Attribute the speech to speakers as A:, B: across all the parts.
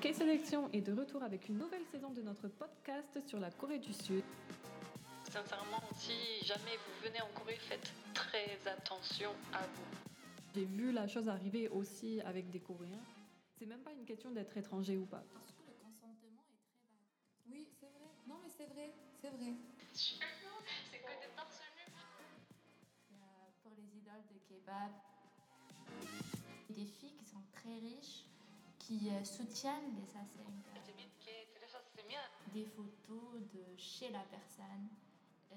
A: K-Selection est de retour avec une nouvelle saison de notre podcast sur la Corée du Sud.
B: Sincèrement, si jamais vous venez en Corée, faites très attention à vous.
A: J'ai vu la chose arriver aussi avec des Coréens. C'est même pas une question d'être étranger ou pas.
C: Je pense que le consentement est très vague. Oui, c'est vrai. Non, mais c'est vrai, c'est vrai.
B: C'est que des torse
C: Il y a pour les idoles de kebab, des filles qui sont très riches, qui euh, soutiennent les assassins. Des photos de chez la personne. Et euh,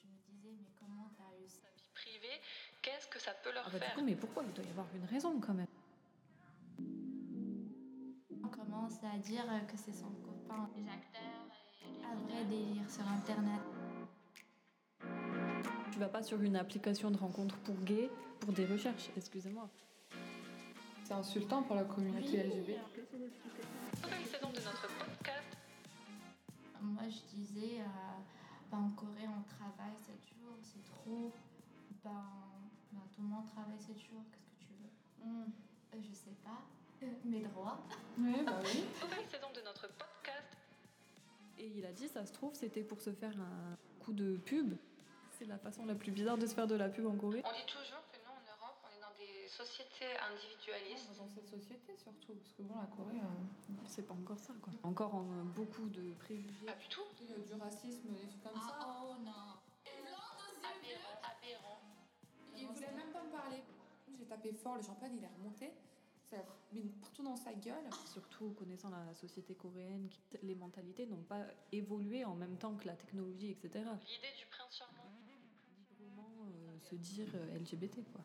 C: je me disais, mais comment t'as eu ça
B: vie privée, qu'est-ce que ça peut leur
A: Ah bah du
B: faire
A: coup, mais pourquoi Il doit y avoir une raison quand même.
C: On commence à dire euh, que c'est son copain. Les acteurs Un vrai délire sur Internet.
A: Tu vas pas sur une application de rencontre pour gays pour des recherches, excusez-moi.
D: C'est insultant pour la communauté
C: Oui.
D: LGBT.
B: Nouvelle saison de notre podcast.
C: Moi, je disais, euh, ben, en Corée, on travaille 7 jours, c'est trop. Ben, ben, tout le monde travaille 7 jours, qu'est-ce que tu veux
D: Hmm.
C: Euh, Je sais pas. Euh, Mes droits.
D: Oui, bah oui.
B: Nouvelle saison de notre podcast.
A: Et il a dit, ça se trouve, c'était pour se faire un coup de pub. C'est la façon la plus bizarre de se faire de la pub en Corée.
B: On dit toujours que nous, en Europe, on est dans des sociétés individualistes.
A: Ah,
D: Dans cette société surtout, parce que bon, la Corée, euh,
A: C'est pas encore ça, quoi. Encore en, euh, beaucoup de préjugés.
B: Pas du tout.
D: il y a du racisme, des trucs comme ça.
C: oh non. Ah,
B: Aberrant, aberrant.
D: Il voulait même pas me parler. J'ai tapé fort, le champagne il est remonté. Ça mine partout dans sa gueule.
A: Surtout connaissant la société coréenne, qui- les mentalités n'ont pas évolué en même temps que la technologie, etc.
B: L'idée du prince charmant.
A: Librement euh, se dire euh, LGBT, quoi.